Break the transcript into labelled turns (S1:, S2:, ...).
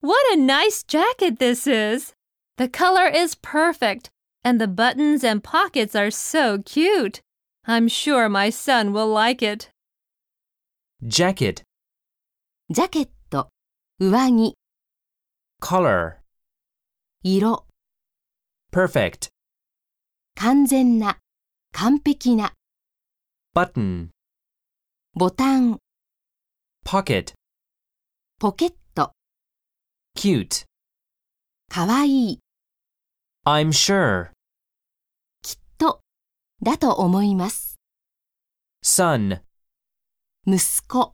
S1: What a nice jacket this is! The color is perfect, and the buttons and pockets are so cute. I'm sure my son will like it.
S2: jacket,
S3: ジャケット、上着、
S2: color,
S3: 色、
S2: perfect,
S3: 完全な、完璧な、
S2: button,
S3: ボタン、
S2: pocket,
S3: ポケット、
S2: cute,
S3: かわいい、
S2: I'm sure,
S3: きっと、だと思います。
S2: son.
S3: 息子。